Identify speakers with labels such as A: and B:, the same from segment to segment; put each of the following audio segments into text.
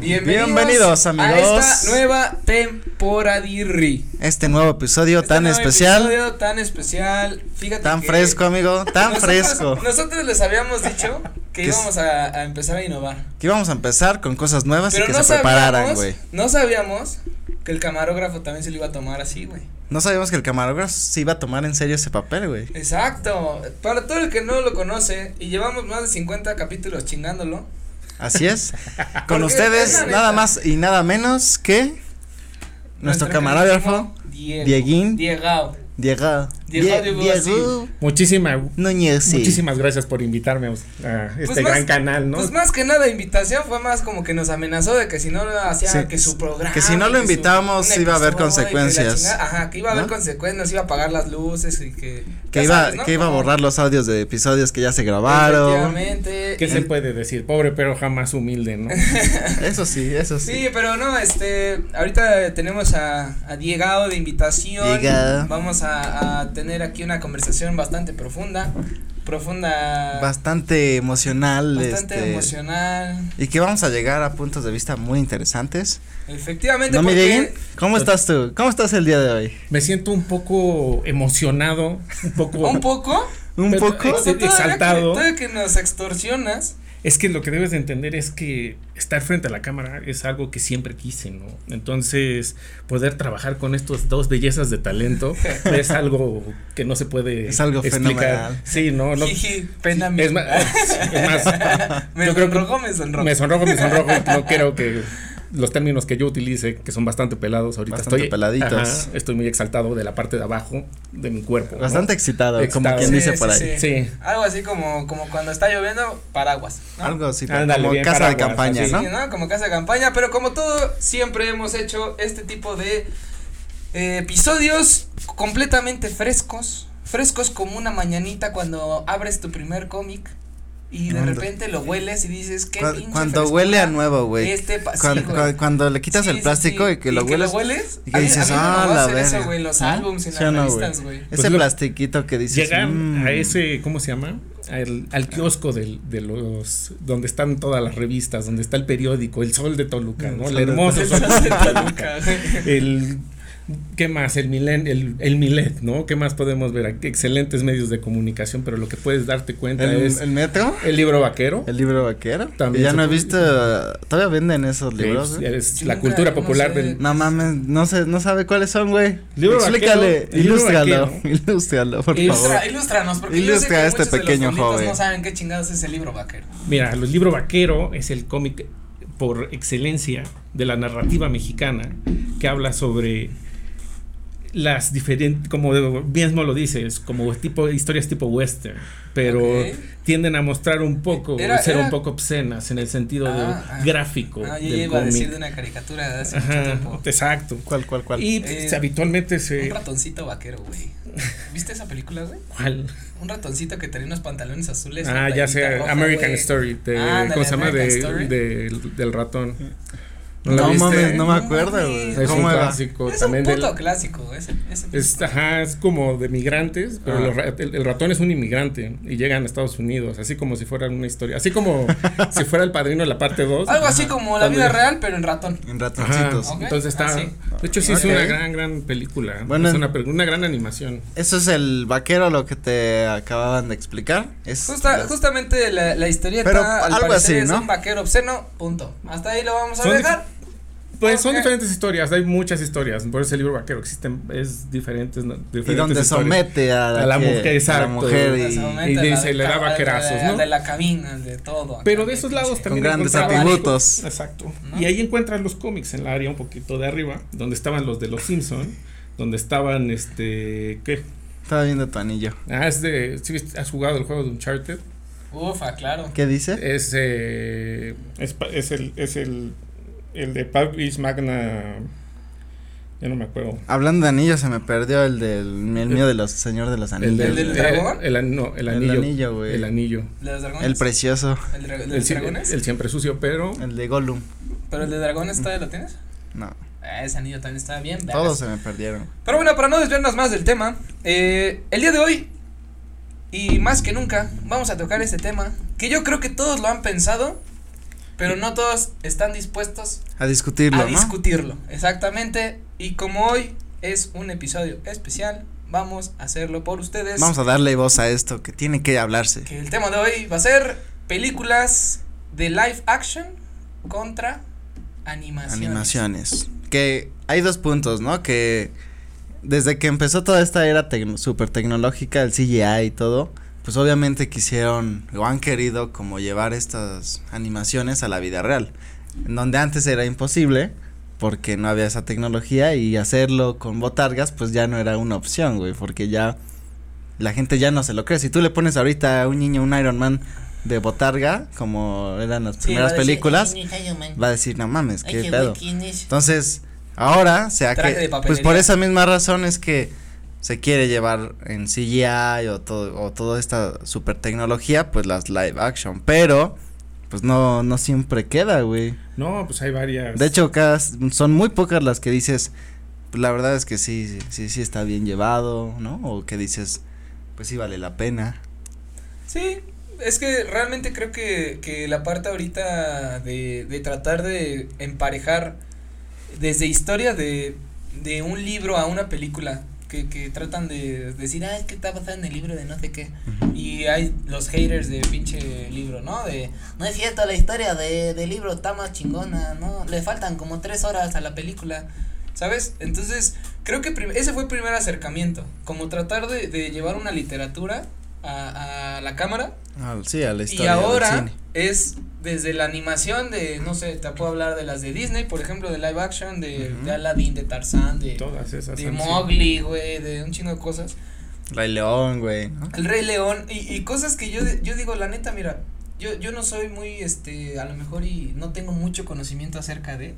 A: Bienvenidos,
B: Bienvenidos, amigos.
A: a esta nueva temporadirri.
B: Este nuevo episodio
A: Este
B: tan
A: nuevo
B: especial,
A: episodio tan especial. Fíjate
B: tan
A: que
B: fresco, amigo, tan
A: nosotros-
B: fresco.
A: Nosotros les habíamos dicho que
B: Que es-
A: íbamos a, a empezar a innovar.
B: Que íbamos a empezar con cosas nuevas y
A: Pero
B: que
A: no
B: se prepararan,
A: sabíamos,
B: güey.
A: no sabíamos que el camarógrafo también se lo iba a tomar así, güey.
B: No sabíamos que el camarógrafo se iba a tomar en serio ese papel, güey.
A: Exacto. Para todo el que no lo conoce y llevamos más de 50 capítulos chingándolo.
B: Así es. con
A: Porque es la
B: ustedes,
A: neta.
B: nada más y nada menos que nuestro camarógrafo,
A: queridísimo Diego.
B: Dieguín.
A: Diegao.
B: Diego.
A: Diego,
B: Die-
A: Diego, sí.
C: Muchísimas,
B: Núñez. sí.
C: muchísimas gracias por invitarme a, a este
A: más-
C: gran canal, ¿no?
A: Pues más que nada invitación fue más como que nos amenazó de que si no lo hacía
B: Sí,
A: que su programa.
B: que si no lo
A: su-
B: invitábamos,
A: un
B: iba a haber
A: episodio, que la
B: consecuencias,
A: chingada, Ajá, que iba a haber
B: ¿no?
A: consecuencias, nos iba a apagar las luces y que.
B: Que
A: ya
B: iba,
A: sabes, ¿no?
B: que iba a
A: Como-
B: borrar los audios de episodios que ya se grabaron.
A: Efectivamente. eh,
C: ¿Qué se puede decir? Pobre pero jamás humilde, ¿no?
B: Eso sí, eso sí.
A: Sí, pero no, este, ahorita tenemos a, a Diegao de invitación.
B: Diegao.
A: Vamos a, a tener aquí una conversación bastante profunda, profunda,
B: Bastante emocional.
A: bastante
B: este,
A: emocional.
B: Y que vamos a llegar a puntos de vista muy interesantes.
A: Efectivamente,
B: ¿No me
A: porque-
B: lleguen? ¿Cómo
C: Pues
B: estás tú? ¿Cómo estás el día de hoy?
C: Me siento un poco emocionado, un poco...
A: un poco,
B: Un
C: Pero-
B: poco.
A: o sea, todavía
C: Este, Exaltado.
A: que- todavía que nos extorsionas.
C: Es que lo que debes de entender es que estar frente a la cámara es algo que siempre quise, ¿no? Entonces, poder trabajar con estas dos bellezas de talento es algo que no se puede
B: Es algo
C: explicar.
B: fenomenal.
C: Sí, no, no.
A: Jiji, pena mía.
C: Es más, es más,
A: me
C: yo creo que-
A: sonrojó, me sonrojó.
C: Me sonrojo, me sonrojo. No quiero que los términos que yo utilice, que son bastante pelados, ahorita
B: Bastante
C: estoy.
B: peladitos.
C: Ajá, estoy muy exaltado de la parte de abajo de mi cuerpo. ¿no?
B: Bastante excitado, como
C: Excitado.
B: quien
C: Sí,
B: dice por ahí.
A: sí, sí.
C: Sí.
A: Algo así como, como cuando está lloviendo, paraguas. ¿no?
B: Algo así,
C: Ándale,
B: como
C: bien,
B: casa de
C: paraguas,
B: campaña,
C: así.
B: ¿no?
A: Sí, ¿no? Como casa de campaña, pero como todo, siempre hemos hecho este tipo de eh, episodios completamente frescos, frescos como una mañanita cuando abres tu primer cómic y de
B: Cuando-
A: repente lo hueles y dices, qué
B: Cu-
A: pinche
B: Cuando
A: frescura
B: huele a nuevo, güey.
A: Este pa- sí,
B: Cuando,
A: güey.
B: cuando- cuando le quitas
A: Sí,
B: el
A: sí,
B: plástico
A: sí.
B: y que lo hueles. y que
A: a mí-
B: dices,
A: a mí me
B: ah,
A: mamó
B: la
A: hacer eso,
B: verga".
A: güey, los
B: ¿Ah?
A: álbums en
B: ¿Sí o
A: las
B: no,
A: revistas, güey.
B: Ese
C: Pues lo-
B: plastiquito que dices.
C: Llegan
B: "Mm".
C: a ese, ¿cómo se llama? Al, al kiosco del- de los donde están todas las revistas, donde está el periódico, el sol de Toluca,
B: El
C: ¿no?
B: Sol
C: El
B: de
C: hermoso
A: Eso
C: sol
A: es de
C: de Toluca.
A: Toluca, güey.
C: El ¿Qué más? El Milen, el, el Milet, ¿no? ¿Qué más podemos ver? aquí? Excelentes medios de comunicación, pero lo que puedes darte cuenta
B: ¿El,
C: es
B: el metro?
C: el libro vaquero.
B: ¿El libro vaquero?
C: También
B: Y ya
C: se
B: no he
C: puede- pues,
B: visto. Todavía venden esos libros, ¿eh?
C: Es-
B: güey.
C: es
A: Yo
C: la
A: nunca-
C: cultura
A: no
C: popular
A: sé.
C: del.
B: No mames, no sé, no sabe cuáles son, güey.
C: Libro
B: Explícale,
C: vaquero, el libro
B: ilústralo,
C: vaquero.
B: ilústralo, por
C: Ilustra-
B: favor.
A: Ilustra, ilústranos, porque yo sé
B: Ilustra
A: que
B: a este
A: muchos de los
B: pequeño
A: bonitos
B: joven.
A: no saben qué chingados es el libro vaquero.
C: Mira, el libro vaquero es el cómic por excelencia de la narrativa mexicana que habla sobre las diferentes, como mismo lo dices, como tipo historias tipo western, pero
A: Ok.
C: tienden a mostrar un poco,
A: Era-
C: ser
A: era-
C: un poco obscenas en el sentido de
A: Ah, ah.
C: gráfico
A: Ah, yo ya
C: del
A: iba a decir
C: cómic.
A: de una caricatura de hace mucho
C: Ajá,
A: tiempo.
C: exacto.
B: ¿Cuál, cuál, cuál?
C: Y
A: Eh,
C: pues, habitualmente se
A: Un ratoncito vaquero, güey. ¿Viste esa película, güey?
C: ¿cuál?
A: Un ratoncito que tenía unos pantalones azules. y
C: Ah,
A: una
C: ya
A: playerita
C: sé,
A: roja,
C: American
A: güey.
C: Story, de-
A: Ándale,
C: ¿cómo se llama?
A: American
C: De-
A: Story.
C: del- del ratón. la
B: No
C: viste?
B: mames, no
A: No
B: me acuerdo,
A: mames.
B: güey.
C: Es un
B: ¿Cómo era?
C: clásico
A: Es un
C: también del-
A: puto clásico, güey. ese- ese-
C: es, ajá, es como de migrantes, pero
B: Ah.
C: los ra- el, el ratón es un inmigrante y llegan a Estados Unidos, así como si fuera una historia, así como si fuera el padrino de la parte 2.
A: Algo así como la
C: Cuando
A: vida
C: ya-
A: real, pero en ratón.
B: En ratoncitos.
A: Ok.
C: Entonces está.
A: Ah, sí.
C: De hecho, sí
B: Ok.
C: es una gran, gran película.
B: Bueno,
C: es
B: en-
C: una, pel- una gran animación.
B: Eso es el vaquero, lo que te acababan de explicar. Es
A: Justa-
B: las-
A: justamente la, la historieta
B: Pero
A: al
B: algo
A: parecer
B: así,
A: es
B: ¿no?
A: un vaquero obsceno, punto. Hasta ahí lo vamos a
C: Son dif-
A: dejar.
C: Pues son
A: Ok.
C: diferentes historias, hay muchas historias. Por ese libro vaquero existen, es diferentes. ¿no?
B: Y donde
C: diferentes historias.
B: somete a la,
C: A la
B: que-
C: mujer,
B: a la
C: exacto.
B: mujer
A: Las
B: y-
A: aumenta,
C: y
A: Pues, la
C: dice,
A: del
C: le da
A: ca-
C: vaquerazos,
A: de la-
C: ¿no?
A: De la cabina, de todo. acá,
C: Pero de esos
A: pinche.
C: lados
B: con
C: también.
B: grandes
C: encontraba-
B: atributos.
C: Exacto.
A: ¿No?
C: Y ahí encuentras los cómics en la área un poquito de arriba, donde estaban los de los Simpson, donde estaban este. ¿Qué?
B: Estaba viendo tu anillo.
C: Ah, es de. ¿sí viste- ¿Has jugado el juego de Uncharted?
A: Ufa, claro.
B: ¿Qué dice?
C: Es, eh, es, pa- es el. Es el. El de Publish Magna. Ya no me acuerdo.
B: Hablando de anillos, se me perdió el del el mío de los señor de los anillos.
A: del-
B: güey.
A: del- dragón?
C: El, an- no, el
B: El
C: anillo.
B: anillo, güey.
C: El anillo.
A: ¿De los dragones?
B: el precioso,
A: ¿El dra- de
C: El,
A: los
C: sie-
A: dragones?
C: el siempre sucio, pero.
B: el de Gollum.
A: ¿Pero el de dragones todavía lo tienes?
B: No,
A: Ah, ese anillo también está bien. vergas.
B: todos se me perdieron.
A: Pero bueno, para no desviarnos más del tema, eh, el día de hoy, y más que nunca, vamos a tocar este tema que yo creo que todos lo han pensado, pero no todos están dispuestos
B: A discutirlo,
A: a
B: ¿no?
A: discutirlo. Exactamente. Y como hoy es un episodio especial, vamos a hacerlo por ustedes.
B: Vamos a darle voz a esto que tiene que hablarse.
A: Que el tema de hoy va a ser películas de live action contra animaciones.
B: Animaciones. Que hay dos puntos, ¿no? Que desde que empezó toda esta era tecno- super tecnológica, el CGI y todo, pues obviamente quisieron o han querido como llevar estas animaciones a la vida real. En donde antes era imposible porque no había esa tecnología y hacerlo con botargas pues ya no era una opción, güey, porque ya la gente ya no se lo cree. Si tú le pones ahorita a un niño un Iron Man de botarga, como eran las
A: Sí, va a
B: primeras
A: decir,
B: películas,
D: Ay, man.
B: va a decir, no mames, qué
D: Ay,
B: pedo.
D: güey, ¿quién es?
B: Entonces, ahora se ha
A: Traje
B: que-
A: de
B: pues
A: papelería.
B: por esa misma razón es que se quiere llevar en CGI o todo o toda esta super tecnología, pues las live action, pero pues no no siempre queda, güey.
C: No, pues hay varias.
B: De hecho, cada s- son muy pocas las que dices, pues la verdad es que sí sí sí está bien llevado, ¿no? O que dices, pues sí vale la pena.
A: Sí, es que realmente creo que, que la parte ahorita de, de tratar de emparejar desde historia de, de un libro a una película. Que, que tratan de decir, ah, es que está basada en el libro de no sé qué. Y hay los haters de pinche libro, ¿no? De,
D: No es cierto, la historia de, del libro está más chingona, ¿no?
A: le faltan como tres horas a la película, ¿sabes? Entonces, creo que prim- ese fue el primer acercamiento, como tratar de, de llevar una literatura a, a la cámara.
B: Al- sí, a la
A: Y
B: historia del
A: ahora
B: cine.
A: es desde la animación de, no sé, te puedo hablar de las de Disney, por ejemplo, de live action, de,
B: Ujú.
A: de Aladdin, de Tarzán, de,
C: todas esas.
A: de
C: han sido-
A: Mowgli, güey, de un chingo de cosas.
B: Rey León, güey, ¿no?
A: El Rey León y, y cosas que yo, de- yo digo, la neta, mira, yo, yo no soy muy, este, a lo mejor y no tengo mucho conocimiento acerca de...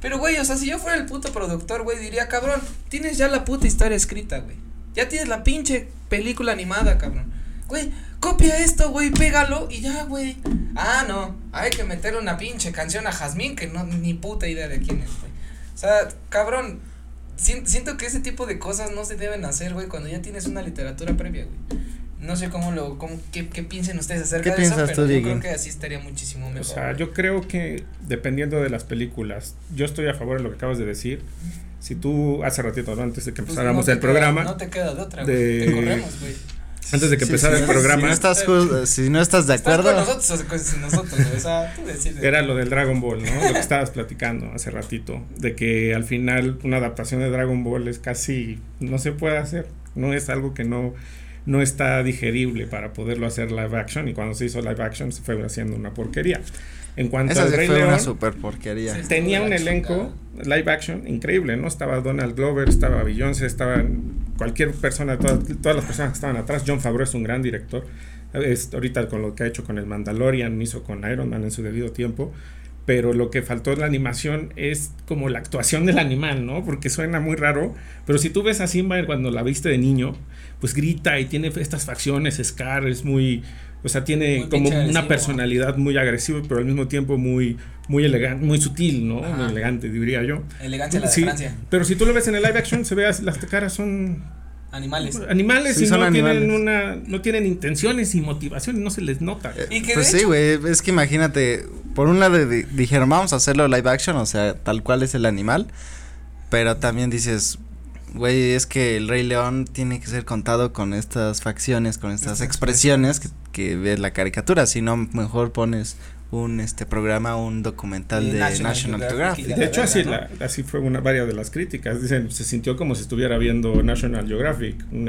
A: Pero, güey, o sea, si yo fuera el puto productor, güey, diría, cabrón, tienes ya la puta historia escrita, güey. Ya tienes la pinche película animada, cabrón. Güey, copia esto, güey, pégalo y ya, güey. Ah, no, hay que meter una pinche canción a Jazmín que no, ni puta idea de quién es, güey. O sea, cabrón, sien- siento que ese tipo de cosas no se deben hacer, güey, cuando ya tienes una literatura previa, güey. No sé cómo lo, cómo, qué, qué piensen ustedes acerca
B: ¿Qué
A: de eso,
B: piensas
A: pero
B: tú,
A: yo
B: Dieguín?
A: creo que así estaría muchísimo mejor.
C: O sea,
A: güey.
C: yo creo que dependiendo de las películas, yo estoy a favor de lo que acabas de decir. Si tú hace ratito, ¿no? antes de que
A: Pues
C: empezáramos
A: no te
C: el
A: queda-
C: programa,
A: no te queda de otra, güey.
C: de-
A: Te corremos, güey.
C: antes de que
B: Sí,
C: empezara
B: sí,
C: el
B: sí.
C: programa,
B: Si no estás, ju- si no estás de
A: ¿Estás
B: acuerdo.
A: con nosotros o con- sin nosotros, güey? O sea, tú decides.
C: era lo del Dragon Ball, ¿no? Lo que estabas platicando hace ratito, de que al final una adaptación de Dragon Ball es casi no se puede hacer, no es algo que no no está digerible para poderlo hacer live action y cuando se hizo live action se fue haciendo una porquería. En cuanto
B: Esa
C: al
B: sí
C: Rey
B: fue una
C: León,
B: super porquería.
A: Sí.
C: tenía
A: Estuvo
C: un
A: la
C: elenco live action increíble, ¿no? Estaba Donald Glover, estaba Beyoncé, estaban cualquier persona, todas, todas las personas que estaban atrás. John Favreau es un gran director. Es, ahorita con lo que ha hecho con el Mandalorian, hizo con Iron Man en su debido tiempo. Pero lo que faltó en la animación es como la actuación del animal, ¿no? Porque suena muy raro. Pero si tú ves a Simba cuando la viste de niño, pues grita y tiene estas facciones, Scar es muy, o sea, tiene
A: Muy
C: como
A: pinche
C: una
A: agresivo.
C: personalidad muy agresiva, pero al mismo tiempo muy, muy elegante, muy sutil, ¿no?
A: Ajá.
C: Muy elegante, diría yo.
A: Elegancia la de
C: Sí,
A: Francia.
C: pero si tú lo ves en el live action, se ve as- las caras son
A: Animales.
C: animales
B: Sí,
C: y
B: son
C: no tienen
B: animales.
C: una, no tienen intenciones y motivaciones, no se les nota.
B: Eh,
A: Y que
B: pues
A: de
B: sí, güey, es que imagínate, por un lado di- dijeron, vamos a hacerlo live action, o sea, tal cual es el animal, pero también dices, güey, es que el Rey León tiene que ser contado con estas facciones, con estas
A: Estas
B: expresiones que, que ves la caricatura, si no, mejor pones un este programa, un documental
A: De
B: de National,
A: National Geographic y
B: Geographic.
A: ya.
C: De hecho, así,
A: verga,
C: la- así fue una varias de las críticas. Dicen, se sintió como si estuviera viendo National Geographic, un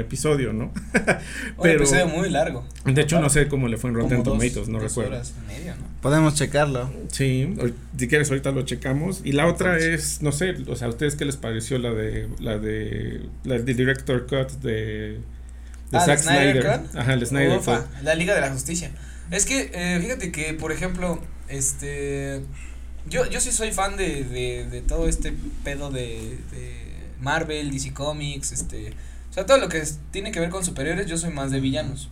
C: episodio, ¿no?
A: Un
C: pero-
A: episodio muy largo.
C: De hecho, no sé cómo le fue en
A: pues, eh, Como
C: Rotten
A: dos-
C: Tomatoes, no
A: dos
C: recuerdo.
A: horas y media, ¿no?
B: Podemos checarlo.
C: Sí, ahor- si quieres ahorita lo checamos. Y la otra es, no sé, o sea, ¿a ustedes qué les pareció la de la de la de director cut de, de
A: Ah, ¿de
C: Zack
A: Snyder
C: Snyder?
A: Cut?
C: Ajá, el Snyder
A: Ufa,
C: Cut.
A: la Liga de la Justicia. Es que, eh, fíjate que, por ejemplo, este. Yo, yo sí soy fan de, de, de todo este pedo de, de Marvel, DC Comics, este. O sea, todo lo que es- tiene que ver con superhéroes, yo soy más de villanos.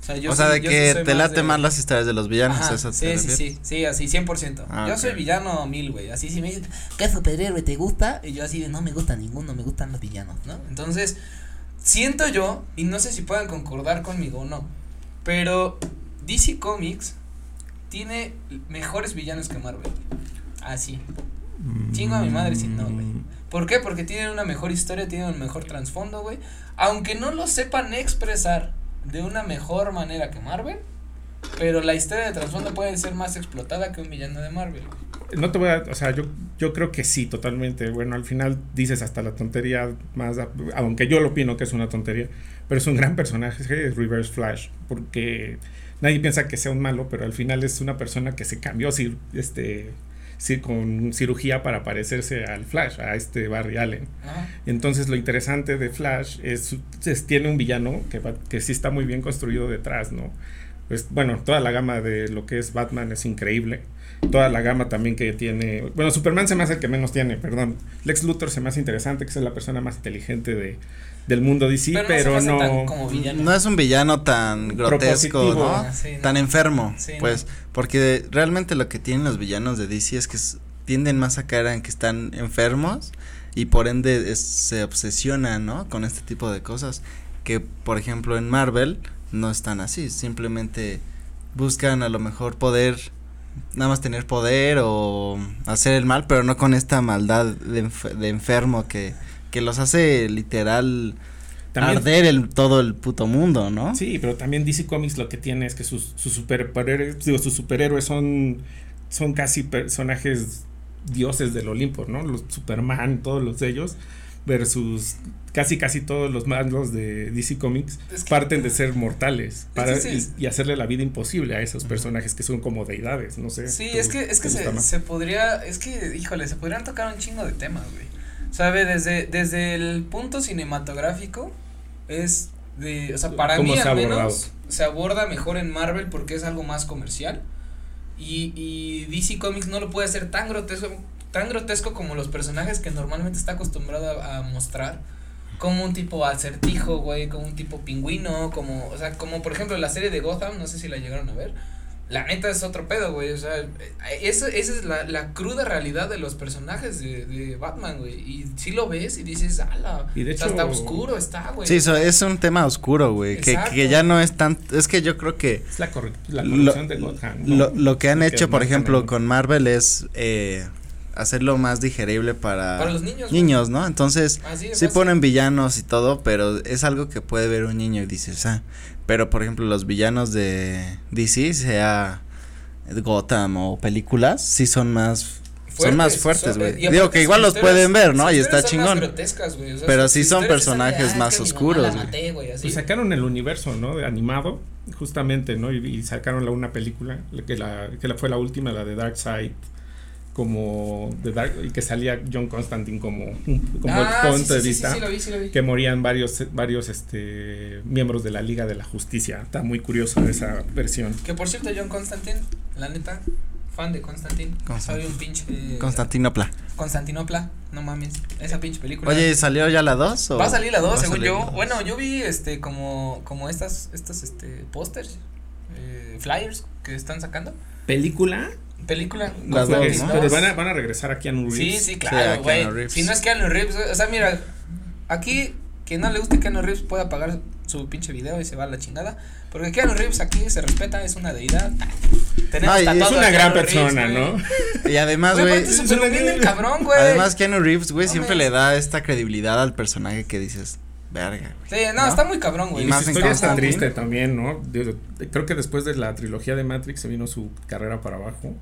A: O sea, yo
B: o sea,
A: sí-
B: de
A: yo sí
B: que
A: soy
B: te late
A: de-
B: más las historias de los villanos,
A: Ajá,
B: ¿eso te
A: sí, sí,
B: refieres?
A: sí, sí, así, 100%.
B: Ah,
A: yo soy
B: ok.
A: villano mil, güey. Así, si me dicen,
D: ¿Qué superhéroe te gusta? Y yo así de, no me gusta ninguno, me gustan los villanos, ¿no?
A: ¿no? Entonces, siento yo, y no sé si puedan concordar conmigo o no, pero DC Comics tiene mejores villanos que Marvel. Así. Chingo a mi madre si no, güey. ¿Por qué? Porque tienen una mejor historia, tienen un mejor trasfondo, güey. Aunque no lo sepan expresar de una mejor manera que Marvel, pero la historia de trasfondo puede ser más explotada que un villano de Marvel.
C: No te voy a, o sea, yo, yo creo que sí, totalmente. Bueno, al final dices hasta la tontería más, a- aunque yo lo opino que es una tontería, pero es un gran personaje, es Reverse Flash, porque nadie piensa que sea un malo, pero al final es una persona que se cambió cir- este, cir- con cirugía para parecerse al Flash, a este Barry Allen.
A: Ajá.
C: Entonces lo interesante de Flash es, su- es- tiene un villano que, va- que sí está muy bien construido detrás, ¿no? Pues, bueno, toda la gama de lo que es Batman es increíble. Toda la gama también que tiene... Bueno, Superman se me hace el que menos tiene, perdón. Lex Luthor se me hace interesante, que es la persona más inteligente de, del mundo DC, pero,
A: se me hace
C: no...
A: tan como villano.
B: No es un villano tan grotesco,
C: Propositivo.
B: ¿no?
A: Ah, sí, no.
B: Tan enfermo,
A: Sí, no.
B: pues, porque realmente lo que tienen los villanos de DC es que s- tienden más a caer en que están enfermos y por ende es- se obsesionan, ¿no? Con este tipo de cosas que, por ejemplo, en Marvel no están así, simplemente buscan a lo mejor poder nada más tener poder o hacer el mal, pero no con esta maldad de, enf- de enfermo que que los hace literal
C: También-
B: arder el todo el puto mundo, ¿no?
C: Sí, pero también DC Comics lo que tiene es que sus, sus superhéroes, digo, sus superhéroes son, son casi personajes dioses del Olimpo, ¿no? Los Superman, todos los de ellos, versus casi casi todos los malos de DC Comics
A: Es que-
C: parten de ser mortales para,
A: sí, sí.
C: y, y hacerle la vida imposible a esos personajes que son como deidades, no sé.
A: Sí,
C: ¿tú-
A: es que, es
C: te
A: que
C: gusta
A: se,
C: más?
A: se podría, es que, híjole, se podrían tocar un chingo de temas, güey. Sabe, desde, desde el punto cinematográfico es de, o sea, para
C: ¿Cómo
A: mí
C: se ha
A: al
C: abordado?
A: menos se aborda mejor en Marvel porque es algo más comercial y, y DC Comics no lo puede hacer tan grotesco, tan grotesco como los personajes que normalmente está acostumbrado a, a mostrar. Como un tipo acertijo, güey, como un tipo pingüino, como, o sea, como por ejemplo la serie de Gotham, no sé si la llegaron a ver. La neta es otro pedo, güey. O sea, eh, esa, esa es la, la cruda realidad de los personajes de, de Batman, güey. Y si lo ves y dices, ala,
C: Y de
A: está,
C: hecho-
A: está oscuro, está, güey.
B: Sí, eso es un tema oscuro, güey, que,
A: Exacto.
B: que ya no es tan, es que yo creo que
C: Es la, corru- la
B: lo,
C: corrupción de Gotham. ¿no?
B: lo, lo que han
C: Porque
B: hecho, por
C: marcan
B: ejemplo,
C: el-
B: con Marvel es eh, hacerlo más digerible para,
A: Para los niños. güey. Ah,
B: niños, ¿no? Entonces,
A: Así de
B: sí
A: fácil.
B: ponen villanos y todo, pero es algo que puede ver un niño y dices, ah, pero por ejemplo los villanos de DC, sea Gotham o películas, sí son más, son más fuertes,
A: son- eh,
B: güey.
A: y aparte
B: Digo que
A: sus
B: igual los
A: historias-
B: pueden ver, ¿no?
A: sus
B: Y
A: historias
B: está
A: son más
B: chingón.
A: grotescas, güey, o sea,
B: Pero
A: sus
B: sí son
A: historias están de,
B: personajes
A: "Ah,
B: más
A: que mi mamá
B: oscuros,
A: la
B: güey".
A: maté, güey, así.
C: Pues sacaron el universo, ¿no? De animado, justamente, ¿no? Y, y sacaron la, una película, la que, la, que la fue la última, la de Dark Side, como de Dark, y que salía John Constantine como, como
A: Ah,
C: el
A: sí,
C: punto de
A: sí, sí,
C: vista,
A: sí, lo vi, sí, lo vi.
C: que morían varios, varios este, miembros de la Liga de la Justicia. Está muy curioso esa versión.
A: Que por cierto, John Constantine, la neta, fan de Constantine.
B: Constantine.
A: Soy un pinche. eh,
B: Constantinopla.
A: Constantinopla, no mames. Esa pinche película.
B: Oye, ¿salió ya la 2?
A: Va a salir la 2, según yo. Bueno, yo vi este como como estas estas este pósters, eh, flyers que están sacando.
C: ¿Película?
A: Película.
B: Las dos,
A: Constantine
B: ¿no?
C: Pero
A: dos.
C: van a, van a regresar aquí a New
A: Sí,
C: Reeves.
A: sí,
B: Sí, a
A: claro,
B: Keanu
A: güey.
B: Reeves.
A: si no es Keanu Reeves, o sea, mira, aquí que no le guste Keanu Reeves puede apagar su pinche video y se va a la chingada, porque Keanu Reeves aquí se respeta, es una deidad. Tenemos
B: No, y es
C: Es
A: tatuado a
C: una gran
A: Keanu Reeves,
C: persona,
A: güey.
C: ¿no?
B: Y además,
A: Güey,
B: güey.
A: aparte súper bien el cabrón, güey.
B: Además, Keanu Reeves, güey,
A: No
B: siempre
A: mames.
B: le da esta credibilidad al personaje que dices, verga, güey.
A: Sí, no,
B: ¿no?
A: está muy cabrón, güey.
B: Y
C: Y
B: más
C: su
B: en
C: historia está
B: Constantine.
C: triste también, ¿no? Digo, Creo que después de la trilogía de Matrix se vino su carrera para abajo.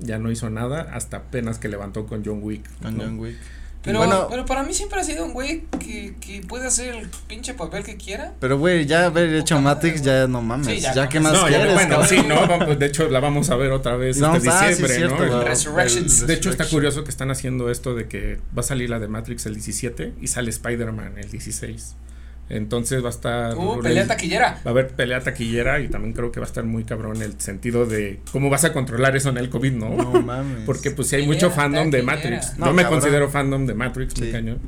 C: Ya no hizo nada hasta apenas que levantó con John Wick.
B: Con
C: ¿no?
B: John Wick.
A: Pero,
B: bueno,
A: pero para mí siempre ha sido un güey que, que puede hacer el pinche papel que quiera.
B: pero güey, ya haber hecho
A: Poca madre,
B: Matrix,
A: güey.
B: ya no mames.
A: Sí, ya
B: ya,
A: no
B: qué
A: mames.
B: más
C: No, ya-
B: quieres,
C: bueno,
B: cabrón?
C: sí, no, vamos, de hecho la vamos a ver otra vez
B: No,
C: este
B: ah, sí, es
C: diciembre,
B: cierto,
C: ¿no?
B: güey.
C: El-
A: Resurrections.
C: el- de hecho está curioso que están haciendo esto de que va a salir la de Matrix el 17 y sale Spider-Man el 16. Entonces va a estar
A: Uh,
C: Rey-
A: pelea taquillera.
C: Va a haber pelea taquillera y también creo que va a estar muy cabrón el sentido de cómo vas a controlar eso en el COVID, ¿no?
B: No mames.
C: Porque pues si hay
A: Taquillera,
C: mucho fandom de
A: taquillera.
C: Matrix.
B: No,
C: Yo me
B: cabrón.
C: considero fandom de Matrix, muy
B: Sí.
C: cañón.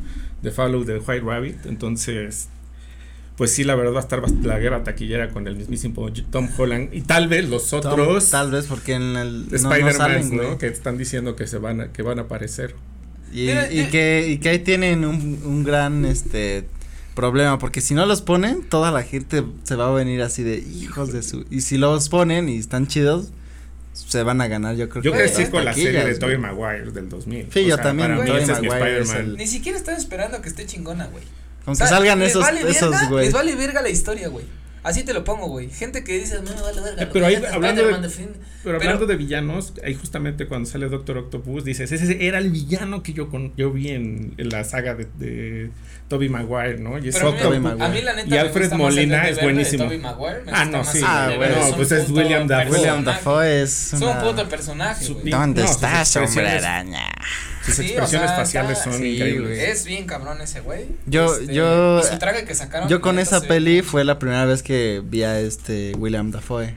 C: De Follow de White Rabbit. Entonces, pues sí, la verdad va a estar bast- la guerra taquillera con el mismísimo J- Tom Holland. Y tal vez los
B: Tom-
C: pues, otros
B: tal vez porque en el. no- no,
C: Spider-Man,
B: salen,
C: ¿no?
B: güey.
C: Que están diciendo que se van a, que van a aparecer.
B: Y,
A: Mira, eh,
B: y
A: yo-
B: que, y que ahí tienen un, un gran este problema, porque si no los ponen, toda la gente se va a venir así de hijos de su. Y si los ponen y están chidos, se van a ganar, yo creo
C: Yo
B: que.
C: crecí
B: las
C: con la serie de
B: taquillas,
C: Tobey
B: güey.
C: Maguire del 2000.
B: Sí, yo también,
C: para mí
A: Tobey
C: ese es mi
B: Maguire es
C: Spider-Man.
A: Ni siquiera están esperando que esté chingona, güey.
B: Con
A: O
B: que
A: sea,
B: salgan
A: Ah, les
B: esos,
A: vale verga-
B: esos, güey.
A: Les vale verga la historia, güey. Así te lo pongo, güey. Gente que dice, no me vale verga. lo
C: Eh, Pero
A: que
C: ahí,
A: hagas,
C: hablando de-
A: Spider-Man defiende".
C: Pero
A: Pero-
C: hablando de villanos, ahí justamente cuando sale Doctor Octopus, dices, ese era el villano que yo con, yo vi en, en la saga de, de Tobey Maguire, ¿no? Y es
A: Pero
B: Tobey
A: a,
C: Octopus.
A: mí,
B: Maguire.
A: a mí la neta
C: Y
A: me
C: Alfred
A: gusta más el
C: Molina
A: Duende
C: es
A: Verde de
C: buenísimo.
A: Tobey Maguire, me
C: Ah,
A: gusta
C: no,
A: más
C: sí.
A: el
B: Ah,
A: Duende
B: güey.
A: Verde,
B: No,
A: es un
C: pues es
A: puto
C: William Dafoe.
A: personaje.
B: William Dafoe es.
A: Es un
B: una-
A: puto personaje,
C: Su-
A: güey.
B: ¿Dónde
C: No, sus
B: estás, hombre
C: expresiones-
B: araña?
C: Sus
A: Sí, o
C: expresiones
A: sea,
C: faciales
A: está-
C: son
B: sí,
C: increíbles.
B: güey.
A: Es bien cabrón ese güey. Este,
B: Yo- yo-
A: y su traje que sacaron.
B: Yo con
A: neta,
B: esa
A: se-
B: peli fue la primera vez que vi a este William Dafoe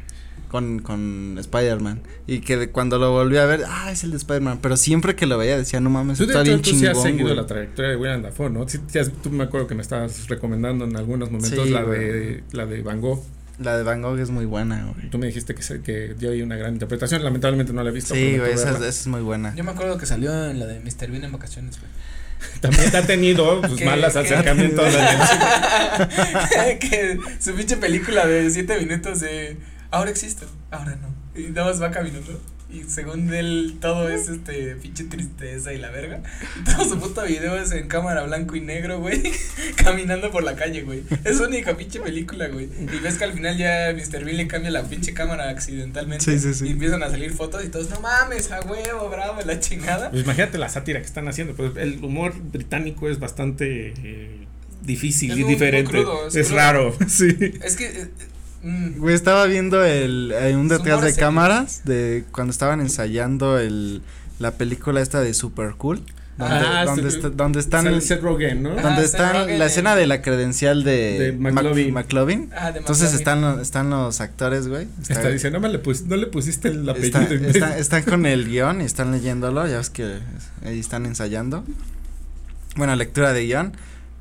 B: con, con Spider-Man. Y que de- cuando lo volví a ver, ah, es el de Spider-Man. Pero siempre que lo veía decía, no mames,
C: Tú, de
B: está
C: hecho,
B: bien
C: tú sí has
B: chingón.
C: seguido
B: güey".
C: la trayectoria de William Dafoe, ¿no? Sí, sí has- tú me acuerdo que me estabas recomendando en algunos momentos
B: Sí,
C: la,
B: güey.
C: de, la de Van Gogh.
B: La de Van Gogh es muy buena, güey.
C: Tú me dijiste que, se- que dio ahí una gran interpretación. Lamentablemente no la he visto.
B: Sí,
C: prometo
B: güey, esa, es- esa
C: verla.
B: es muy buena.
A: Yo me acuerdo que salió en la de Mr. Bean en vacaciones, güey.
C: También ha tenido pues,
A: Que-
C: malas
A: que-
C: acercamientos.
A: que su pinche película de 7 minutos de ahora existo, ahora no. Y nada más va caminando. Y según él, todo es este pinche tristeza y la verga. Y todo su puto video es en cámara blanco y negro, güey. caminando por la calle, güey. Es su única pinche película, güey. Y ves que al final ya Mr. Bean le cambia la pinche cámara accidentalmente.
B: Sí, sí, sí.
A: Y empiezan a salir fotos y todos, no mames, a huevo, bravo, la chingada.
C: Pues imagínate la sátira que están haciendo. Pues el humor británico es bastante eh, difícil
A: Es
C: y
A: muy- muy
C: diferente.
A: crudo,
C: es
A: es crudo.
C: raro, sí.
A: Es que. eh, mm,
B: Güey, estaba viendo el, eh, un detrás
A: humor
B: de
A: serio.
B: cámaras de cuando estaban ensayando el, la película esta de Super Cool. Donde,
C: Ah,
B: donde,
C: sí.
B: está- donde están,
C: Sale Seth Rogen, ¿no?
A: Ah,
B: donde
A: Seth
B: están
A: Rogen
B: la
A: en-
B: escena de la credencial de,
C: De McLovin.
B: Mac- McLovin.
A: ah, de
B: Entonces
A: McLovin.
B: están, lo- están los actores, güey. Está-
C: Está diciendo, no, me le pus- no le pusiste el apellido.
B: está-
C: en vez".
B: está- están con el guión y están leyéndolo, ya ves que ahí están ensayando. Bueno, lectura de guión.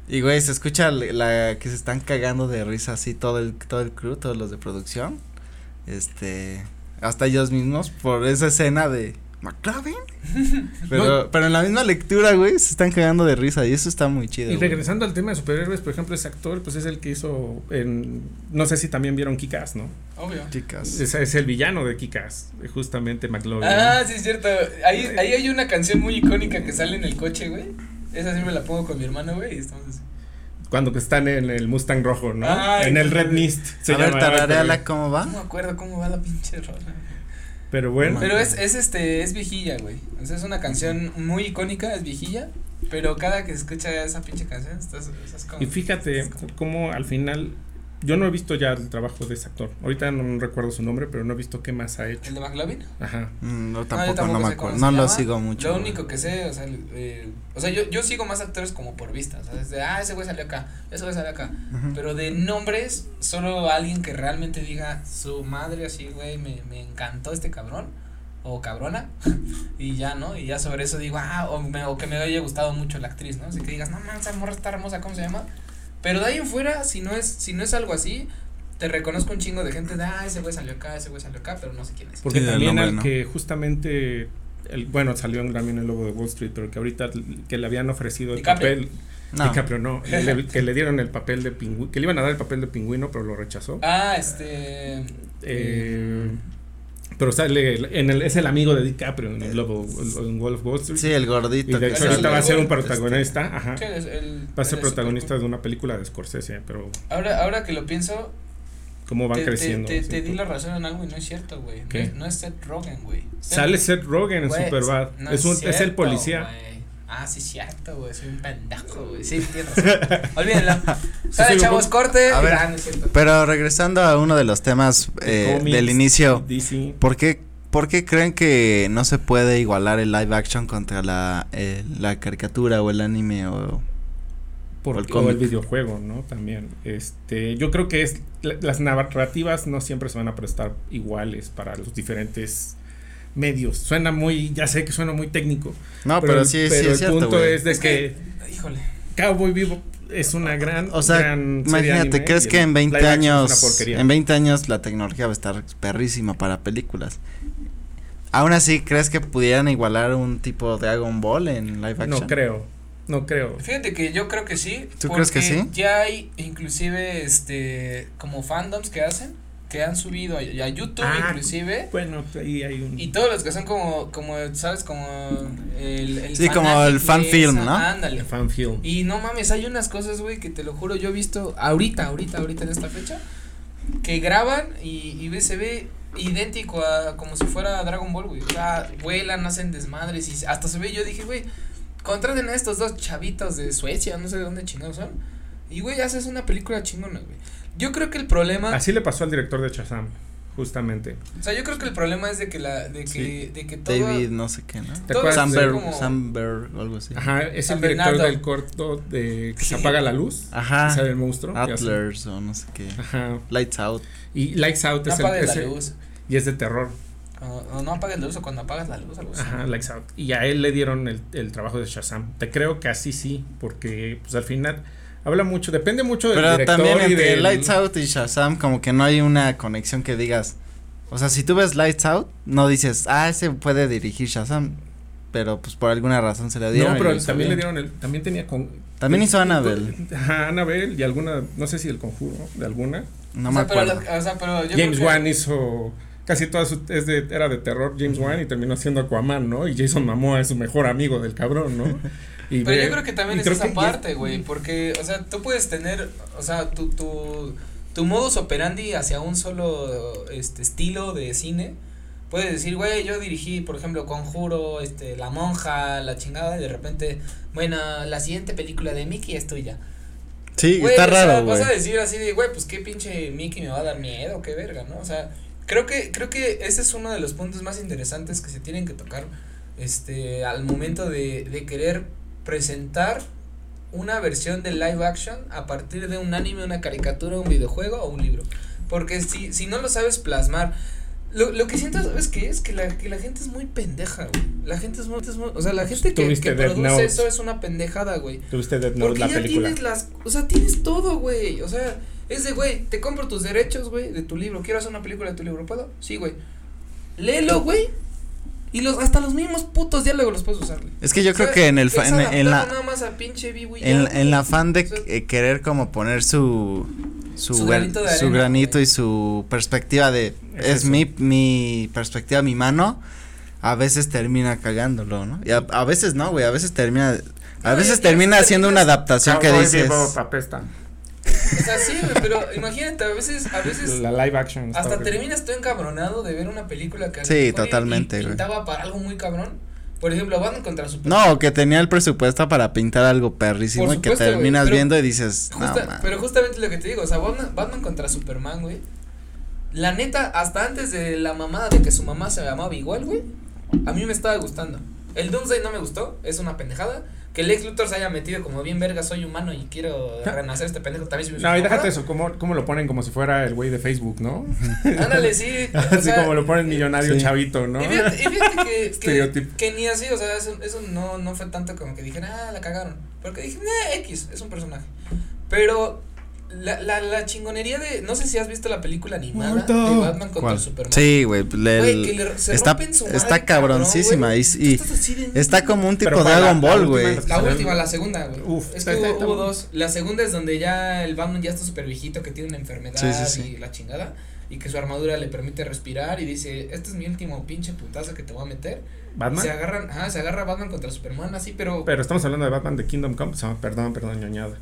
B: Y güey, se escucha le- la que se están cagando de risa así todo el todo el crew, todos los de producción. Este, hasta ellos mismos por esa escena de McLaren. Pero pero en la misma lectura, güey, se están cagando de risa y eso está muy chido.
C: Y
B: güey.
C: regresando al tema de superhéroes, por ejemplo, ese actor, pues es el que hizo en, no sé si también vieron Kikas, ¿no?
A: Obvio.
B: Chicas.
C: Es, es el villano de Kikas, justamente McLovin.
A: Ah, sí, es cierto. Ahí, ahí hay una canción muy icónica que sale en el coche, güey. Esa sí me la pongo con mi hermano, güey. Y estamos así.
C: Cuando que están en el Mustang rojo, ¿no?
A: Ay,
C: en el
A: sí.
C: Red Mist. se
B: A ver,
C: llama,
B: tarareala cómo va.
A: No me acuerdo cómo va la pinche rola.
C: Ah. Pero bueno.
A: Pero es, es este, es viejilla, güey. O sea, es una canción muy icónica, es viejilla. Pero cada que escucha esa pinche canción, estás, estás como.
C: Y fíjate cómo al final, yo no he visto ya el trabajo de ese actor. Ahorita no recuerdo su nombre, pero no he visto qué más ha hecho.
A: ¿El de McLovin?
C: Ajá.
B: Mm, No,
A: yo
B: tampoco, no
A: tampoco
B: me
A: sé cómo
B: acuerdo.
A: se
B: No lo
A: llama.
B: sigo mucho.
A: Lo
B: güey.
A: único que sé, o sea, el- el- o sea yo, yo sigo más actores como por vista. O sea, desde, ah, ese güey salió acá, ese güey salió acá.
B: Ujú.
A: Pero de nombres, solo alguien que realmente diga su madre así, güey, me, me encantó este cabrón o cabrona. y ya, ¿no? Y ya sobre eso digo, ah, o, me- o que me haya gustado mucho la actriz, ¿no? Así que digas, no mames, esa morra está hermosa, ¿cómo se llama? Pero de ahí en fuera, si no es, si no es algo así, te reconozco un chingo de gente de, ah, ese güey salió acá, ese güey salió acá, pero no sé quién es.
C: Porque
B: Sí, del
C: también
B: nombre,
C: al
B: ¿no?
C: que justamente, el, bueno, salió también el lobo de Wall Street, pero que ahorita l- que le habían ofrecido el
A: DiCaprio.
C: papel.
B: No.
C: DiCaprio no, le- que le dieron el papel de pingüino, que le iban a dar el papel de pingüino, pero lo rechazó.
A: Ah, este.
C: Eh, pero sale, el- en el, es el amigo de DiCaprio en el lobo, en Wolf Wall Street.
B: Sí, el
C: Y
B: gordito. que
C: de hecho
A: sale
C: ahorita
A: en
C: va a
A: el
C: ser un
A: Wolf,
C: protagonista, ajá.
A: Este, sí, es el-
C: Va a ser
A: el
C: protagonista de una película de Scorsese, pero
A: Ahora, ahora que lo pienso,
C: cómo van
A: te, te-
C: creciendo.
A: te-
C: sí,
A: te di
C: tú-
A: la razón en algo y no es cierto, güey. No
C: ¿Qué?
A: es- No, es Seth Rogen, güey. Seth-
C: Sale Seth Rogen en
A: güey,
C: Superbad.
A: no
C: es, un, es el
A: cierto,
C: policía.
A: güey. Ah, sí, es cierto, güey. Soy un pendejo, güey. Sí, tienes razón. Olvídenlo. Sale,
C: sí,
A: chavos,
C: lo-
A: corte.
B: A ver.
A: Ah, no es cierto.
B: Pero regresando a uno de los temas eh,
C: Comics,
B: del inicio,
C: DC.
B: ¿por qué, ¿por qué creen que no se puede igualar el live action contra la, eh, la caricatura o el anime? O...
C: por
B: O el
C: el,
B: cómic.
C: videojuego, ¿no? También. Este, yo creo que es la- las narrativas no siempre se van a prestar iguales para los diferentes medios. Suena muy, ya sé que suena muy técnico.
B: No, Ah, pero, sí, sí
C: pero
B: es
C: el
B: cierto.
C: punto
B: güey.
C: es de que
A: Híjole.
C: Cowboy Vivo es una gran,
B: O sea,
C: gran serie
B: Imagínate,
C: anime
B: ¿crees
C: y el
B: que en 20
C: live action es una
B: años
C: porquería.
B: en 20 años la tecnología va a estar perrísima para películas? Aún así, ¿crees que pudieran igualar un tipo de Dragon Ball en live action?
C: No creo. No creo.
A: Fíjate que yo creo que sí.
B: ¿Tú crees que
A: porque
B: sí?
A: Ya hay inclusive este como fandoms que hacen que han subido a, a YouTube
C: Ah,
A: inclusive.
C: Bueno, ahí hay un.
A: Y todos los que son como, como ¿sabes? Como el... el
B: Sí, como el
A: fanatic,
B: fan
A: esa-
B: film, ¿no?
A: Ándale.
C: fan film.
A: Y no mames, hay unas cosas, güey, que te lo juro, yo he visto ahorita, ahorita, ahorita en esta fecha, que graban y, y ve- se ve idéntico a como si fuera Dragon Ball, güey. O sea, vuelan, hacen desmadres y hasta se ve, yo dije, güey, contraten a estos dos chavitos de Suecia, no sé de dónde chingados son. Y, güey, haces una película chingona, güey. Yo creo que el problema...
C: Así le pasó al director de Shazam, justamente.
A: O sea, yo creo que el problema es de que la... De que,
C: Sí.
A: de que todo...
B: David, no sé qué, ¿no?
C: ¿Te acuerdas
B: Samberg,
A: de cómo-
B: Samberg o algo así.
C: Ajá, es
A: San
C: el director
A: Bernardo. Ah.
C: del corto de que se apaga la luz.
B: Ajá.
C: y sale el monstruo. y así.
B: Atlas o no sé qué.
C: Ajá.
B: Lights Out.
C: Y Lights Out
A: No
C: es el,
A: apagues
C: es
A: la
C: el-
A: luz.
C: y es de terror.
A: Cuando- no apagues la luz o cuando apagas la luz, algo así.
C: Ajá, Lights Out. Y a él le dieron el, el trabajo de Shazam. Te creo que así sí, porque pues al final habla mucho, depende mucho del
B: Pero
C: director
B: también
C: y
B: entre
C: del-
B: Lights Out y Shazam como que no hay una conexión que digas. O sea, si tú ves Lights Out, no dices, ah, ese puede dirigir Shazam. Pero pues por alguna razón se le dieron.
C: No,
B: y
C: pero
B: lo hizo
C: también le
B: bien.
C: dieron el también tenía con Pues,
B: También hizo Annabelle.
C: Ajá, Annabelle y alguna, no sé si el conjuro de alguna.
B: No
A: o,
B: me
A: sea, pero,
B: acuerdo.
A: la- o sea, pero yo
C: James
A: creo que-
C: Wan hizo casi toda su es de, era de terror James Wan y terminó haciendo Aquaman, ¿no? Y Jason Momoa es su mejor amigo del cabrón, ¿no? Y
A: Pero
C: ve-
A: yo creo que también
C: y
A: es
C: creo
A: esa
C: que ya-
A: parte, güey, porque, o sea, tú puedes tener, o sea, tu, tu, tu modus operandi hacia un solo este, estilo de cine. Puedes decir, güey, yo dirigí, por ejemplo, Conjuro, este, La Monja, La Chingada, y de repente, bueno, la siguiente película de Mickey es tuya.
B: Sí,
A: Güey,
B: está
A: o sea,
B: raro, güey.
A: Vas a decir así de, güey, pues qué pinche Mickey me va a dar miedo, qué verga, ¿no? O sea, creo que, creo que ese es uno de los puntos más interesantes que se tienen que tocar, este, al momento de, de querer presentar una versión de live action a partir de un anime, una caricatura, un videojuego o un libro. Porque si, si no lo sabes plasmar, lo, lo que siento, ¿sabes qué es? Que la, que la gente es muy pendeja, güey. La gente es muy, es muy- o sea,
B: Pues
A: la gente que,
C: Tuviste
A: que
C: Death
A: produce
C: Note.
A: eso es una pendejada, güey.
C: Tuviste Death Note
A: Porque
C: la
A: ya
C: película.
A: tienes las, o sea, tienes todo, güey. O sea, es de, güey, te compro tus derechos, güey, de tu libro. Quiero hacer una película de tu libro, ¿puedo? Sí, güey. Léelo, güey. Y los, hasta los mismos putos diálogos los puedes usar, güey.
B: Es que yo
A: O
B: creo
A: sea,
B: que en el
A: es
B: fa- en, en
A: adaptarlo
B: la
A: nada más a pinche vivo y ya,
B: en,
A: güey.
B: en la afán de
A: O sea,
B: eh, querer como poner su su,
A: Su
B: gran-
A: granito de
B: su
A: arena,
B: granito
A: güey.
B: y su perspectiva de es,
C: Es eso.
B: mi mi perspectiva mi mano a veces termina cagándolo, ¿no? Y a, a veces no, güey, a veces termina a
A: No, y-
B: veces
A: y
B: termina
A: terminas-
B: haciendo una adaptación que
C: Cowboy
B: dices
C: Bebop ah. apesta.
A: O sea, sí, güey, pero imagínate, a veces, a veces
C: La live action. está
A: hasta
C: horrible.
A: terminas tú encabronado de ver una película que a lo
B: Sí,
A: mejor y- y
B: totalmente, güey.
A: pintaba para algo muy cabrón. Por ejemplo, Batman contra Superman.
B: No, que tenía el presupuesto para pintar algo perrísimo
A: Por
B: y que
A: supuesto, güey,
B: terminas
A: pero
B: viendo y dices, no,
A: Justa-
B: man.
A: pero justamente lo que te digo, o sea, Batman, Batman contra Superman, güey. La neta, hasta antes de la mamada de que su mamá se llamaba igual, güey, a mí me estaba gustando. El Doomsday no me gustó, es una pendejada. Que el ex Luthor se haya metido como bien verga, soy humano y quiero renacer este pendejo también. se me hizo
C: No, y
A: una mamada.
C: déjate eso, ¿cómo, cómo lo ponen como si fuera el güey de Facebook, ¿no?
A: Ándale, sí. o
C: Así
A: sea,
C: como lo ponen millonario
B: Sí.
C: chavito, ¿no?
A: Y fíjate, y fíjate que- que, que,
C: Estereotipo.
A: ni así, o sea, eso, eso no, no fue tanto como que dijera, ah, la cagaron. Porque dije, nah, X, es un personaje. Pero la, la, la chingonería de. No sé si has visto la pelcuela animada de
C: Muerto.
A: Batman contra
B: ¿Cuál?
A: Superman.
B: Sí, güey, le-
A: Güey, que le- se
B: está
A: rompen su
B: está
A: madre, cabrón,
B: cabroncísima
A: güey.
B: y-
A: Tú
B: y
A: estás así de-
B: está como un tipo
C: Pero para la-
B: Dragon
C: la
B: Ball,
C: última
B: güey.
C: es
A: La última, la segunda, güey.
C: Uf,
A: es
C: está-
A: que
C: está-
A: hubo,
C: está
A: hubo
C: muy-
A: dos. La segunda es donde ya el Batman ya está súper viejito, que tiene una enfermedad
B: Sí, sí, sí.
A: y la chingada. Y que su armadura le permite respirar. Y dice: Este es mi último pinche putazo que te voy a meter.
C: Batman.
A: Se agarran, ajá, se agarra Batman contra Superman, así, pero.
C: Pero estamos hablando de Batman de Kingdom Come. Ah, perdón, perdón, ñoñada.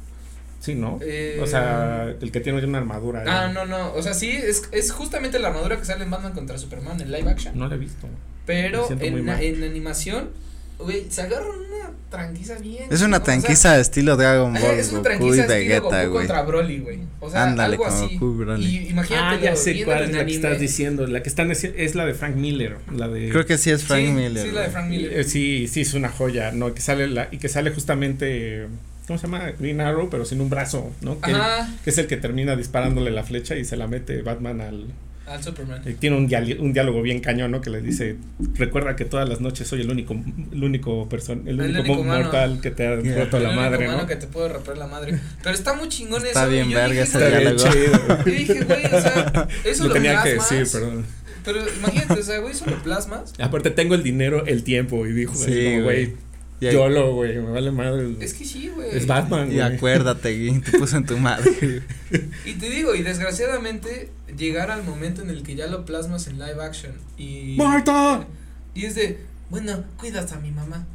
C: Sí, ¿no?
A: Eh,
C: O sea, el que tiene una armadura.
A: Ah,
C: eh.
A: no, no. O sea, sí, es, es justamente la armadura que sale en Batman contra Superman en live action.
C: No la he visto. me
A: pero
C: siento muy
A: en,
C: mal.
A: en animación, güey, se agarran una tranquiza bien.
B: Es una
A: ¿no? O sea,
B: tranquiza de estilo Dragon
A: ajá,
B: Ball,
A: es una
B: Goku y
A: tranquiza estilo
B: Vegeta,
A: Goku
B: güey.
A: contra Broly, güey. O sea,
B: Ándale,
A: algo
B: como
A: así.
B: Goku, Broly.
A: Y imagínate,
C: Ah, ya sé cuál es la que estás
A: diciendo.
C: diciendo. La que están haci- es la de Frank Miller. La de.
B: Creo que sí es Frank
A: sí,
B: Miller.
A: Sí, la de
B: güey.
A: Frank
C: Eh,
A: Miller.
C: sí, sí, es una joya, ¿no? Que sale la, y que sale justamente. ¿Cómo se llama? Green Arrow, pero sin un brazo, ¿no? Que,
A: Ajá,
C: que es el que termina disparándole la flecha y se la mete Batman al.
A: al Superman.
C: eh, Tiene un, diali- un diálogo bien cañón, ¿no? Que le dice, recuerda que todas las noches soy el único, el único persona, el único,
A: único humano.
C: mortal que te ha
B: Yeah.
C: roto la
A: El único
C: madre,
A: humano
C: ¿no?
A: que te puedo romper la madre. Pero está muy chingón
B: Está
A: eso. y
B: bien
A: yo dije,
B: verga ese
A: güey,
C: Está bien
B: diálogo.
C: chido.
A: Yo dije, güey, o sea, eso
C: Lo
A: lo
C: tenía que
A: plasmas,
C: decir, perdón.
A: Pero imagínate, o sea, güey, eso lo plasmas.
C: Aparte tengo el dinero, el tiempo y dijo, así
B: Sí, güey.
C: como, güey,
B: Y Y,
C: Yo lo, güey, me vale madre.
A: Es
C: Es,
A: que sí, güey.
C: Batman,
B: y
C: güey.
B: acuérdate, Gui, te puso en tu madre.
A: Y te digo, y desgraciadamente, llegar al momento en el que ya lo plasmas en live action y.
C: ¡Marta!
A: Y es de, bueno, cuidas a mi mamá.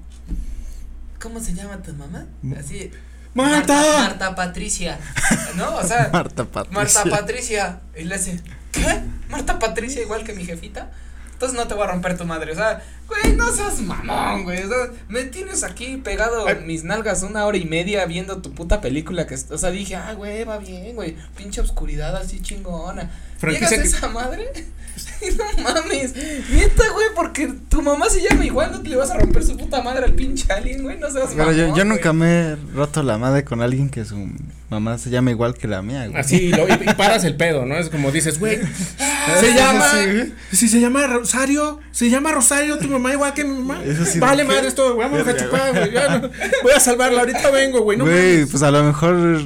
A: ¿Cómo se llama tu mamá?
C: Ma-
A: Así.
C: ¡Marta!
A: Marta Patricia. ¿No? O sea,
B: Marta Patricia.
A: Marta Patricia. Y le hace, ¿qué? ¿Marta Patricia igual que mi jefita? Entonces no te voy a romper tu madre. O sea, güey, no seas mamón, güey. O sea, me tienes aquí pegado
C: Ay.
A: en mis nalgas una hora y media viendo tu puta película. que es- O sea, dije, ah, güey, va bien, güey. Pinche oscuridad así chingona. ¿Llegas
C: Franquicia
A: a
C: que-
A: esa madre? no mames. Neta, güey, porque tu mamá se llama igual. No te le vas a romper su puta madre al pinche alien, güey. No seas
B: Pero
A: mamón.
B: yo, yo
A: güey.
B: nunca me he roto la madre con alguien que su mamá se llama igual que la mía, güey.
C: Así, lo- y, y paras el pedo, ¿no? Es como dices, güey,
B: Sí,
C: se llama.
B: sí.
C: Si se llama Rosario, se llama Rosario, tu mamá igual que mi mamá.
B: Eso sí,
C: vale,
B: ¿qué?
C: madre, esto, vamos a chupar, güey. ya no- Voy a salvarla, ahorita vengo, güey. No,
B: Güey,
C: mames.
B: pues a lo mejor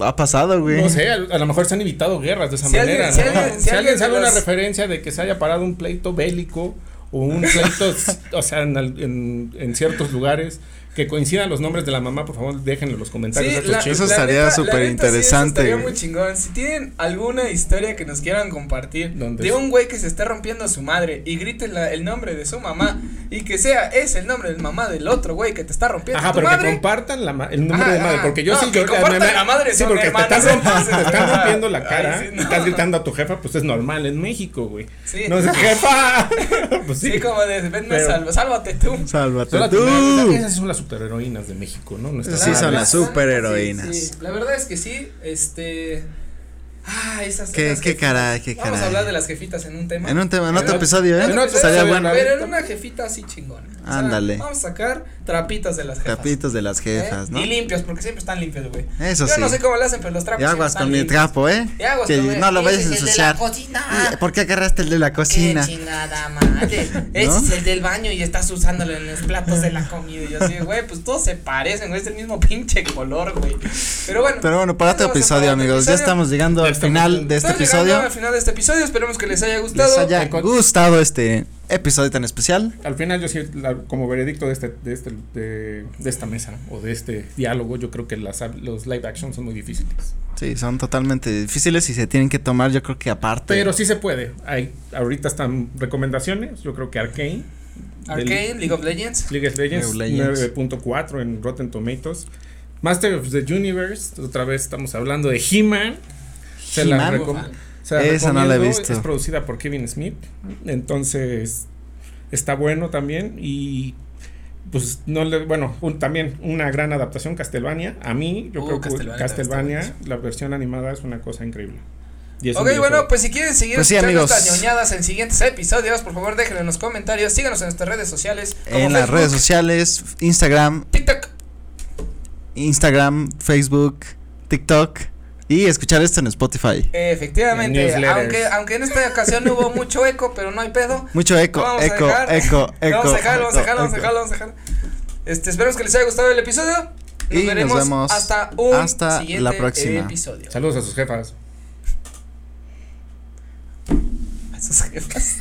B: ha pasado, güey.
C: No sé, a, a lo mejor se han evitado guerras de esa
A: Si
C: manera.
A: alguien- si
C: ¿no?
A: alguien- si
C: si
A: alguien
C: alguien sabe
A: de
C: una
A: los-
C: referencia de que se haya parado un pleito bélico o un pleito, s- o sea, en, al- en- en ciertos lugares. Que coincidan los nombres de la mamá, por favor, déjenlo en los comentarios. de estos
A: la-
C: chicos.
B: Eso
A: la
B: estaría
A: neta- la
B: súper
A: neta sí, eso
B: interesante,
A: estaría
B: güey.
A: muy chingón. Si tienen alguna historia que nos quieran compartir
C: ¿Dónde
A: de
C: es?
A: un güey que se está rompiendo a su madre y griten la- el nombre de su mamá y que sea ese el nombre del mamá del otro güey que te está rompiendo
C: Ajá,
A: tu
C: pero
A: madre.
C: que compartan la ma- el número
A: Ajá,
C: de madre,
A: ajá.
C: porque yo
A: No,
C: sí
A: que
C: yo eh,
A: compartan
C: me- me-
A: la madre,
C: sí,
A: son
C: porque te
A: hermanas,
C: estás, rompiendo,
A: entonces,
C: te estás
A: ajá.
C: rompiendo la
A: Ay,
C: cara,
A: sí,
C: te
A: no.
C: estás gritando a tu jefa, pues es normal en México, güey.
A: Sí.
C: No es jefa. pues
A: sí.
C: sí.
A: como de venme
C: Pero-
A: salva- sálvate tú.
B: Sálvate
C: Son las primeras-
B: tú.
C: Esas son las superheroínas de México, ¿no? Nuestras
B: Sí, son
C: madres.
B: las superheroínas.
A: Sí, sí. La verdad es que sí, este Ah, esas son
B: Qué,
A: las
B: qué
A: jefitas.
B: caray, qué caray.
A: Vamos a hablar de las jefitas en un tema.
B: En un tema, en
A: En
B: otro
A: otro-
B: episodio,
A: en
B: ¿eh?
A: otro
B: Estaría
C: episodio,
B: bueno.
C: la-
A: Pero en una jefita así chingona. O sea,
B: Ándale.
A: vamos a sacar trapitos de las jefas.
B: Trapitos de las
A: ¿eh?
B: jefas, ¿no?
A: Y limpios, porque siempre están limpios, güey.
B: Eso
A: Yo
B: sí.
A: no sé cómo lo hacen, pero los trapos.
B: Y aguas
A: siempre
B: con mi
A: están limpios.
B: trapo, ¿eh?
A: Y aguas
B: Que
A: con el-
B: no lo vayas a
D: Ese es el de la
B: ensuciar.
A: Ah.
B: eh,
D: cocina.
B: ¿Por qué agarraste el de la
D: Qué
B: cocina?
D: chingada madre.
B: ¿No?
D: Ese es
A: Es el del baño y estás usándolo en los platos de la comida. Y yo así, güey, pues todos se parecen, güey. Es el mismo pinche color, güey. Pero bueno.
B: Pero bueno, para otro
A: eso va a ser
B: episodio,
A: para otro
B: amigos. Ya
A: episodio.
B: estamos llegando
C: Ya
B: al
C: estamos
B: final
C: llegando.
B: de este
A: Estamos llegando
B: episodio.
A: Al final de este episodio, esperemos que les haya gustado.
B: Les haya gustado este episodio tan especial.
C: Al final yo sí, la- como veredicto de, este, de, este, de, de esta mesa o de este diálogo, yo creo que las, los live action son muy difíciles.
B: Sí, son totalmente difíciles y se tienen que tomar, yo creo que aparte.
C: Pero sí se puede. Hay, ahorita están recomendaciones. Yo creo que Arkane.
A: Arcane, League of Legends.
C: League of Legends,
B: League of Legends.
C: 9.4 en Rotten Tomatoes. Master of the Universe, otra vez estamos hablando de He-Man. Se la
B: He-Man.
C: recom- se la
B: Esa no la he
C: recomiendo,
B: visto.
C: Es producida por Kevin Smith. Entonces, está bueno también. Y pues no le, bueno, un- también una gran adaptación Castlevania. A mí, yo
A: Uh,
C: creo que
A: Castlevania también
C: Castlvania,
A: está
C: la versión animada es una cosa increíble. Y es un
A: Ok, bueno,
C: videojuego.
A: pues si quieren seguir
B: Pues sí,
A: escuchando
B: amigos.
A: estas ñoñadas en siguientes episodios, por favor déjenlo en los comentarios, síganos en nuestras redes sociales. como
B: en las
A: Facebook,
B: redes sociales, Instagram,
A: TikTok.
B: Instagram, Facebook, TikTok y escuchar esto en Spotify.
A: Efectivamente,
C: Newsletters.
A: aunque, aunque en esta ocasión hubo mucho eco, pero no hay pedo.
B: Mucho eco,
A: Lo vamos a
B: eco,
A: dejar.
B: eco, eco.
A: vamos a dejarlo, vamos a
B: eco,
A: dejarlo, vamos a
B: eco.
A: dejarlo, vamos a dejarlo. Este, esperemos que les haya gustado el episodio. Nos
B: Y nos
A: veremos
B: vemos
A: hasta un
B: hasta
A: siguiente
B: la próxima.
A: episodio.
C: Saludos a sus jefas.
A: A sus jefas.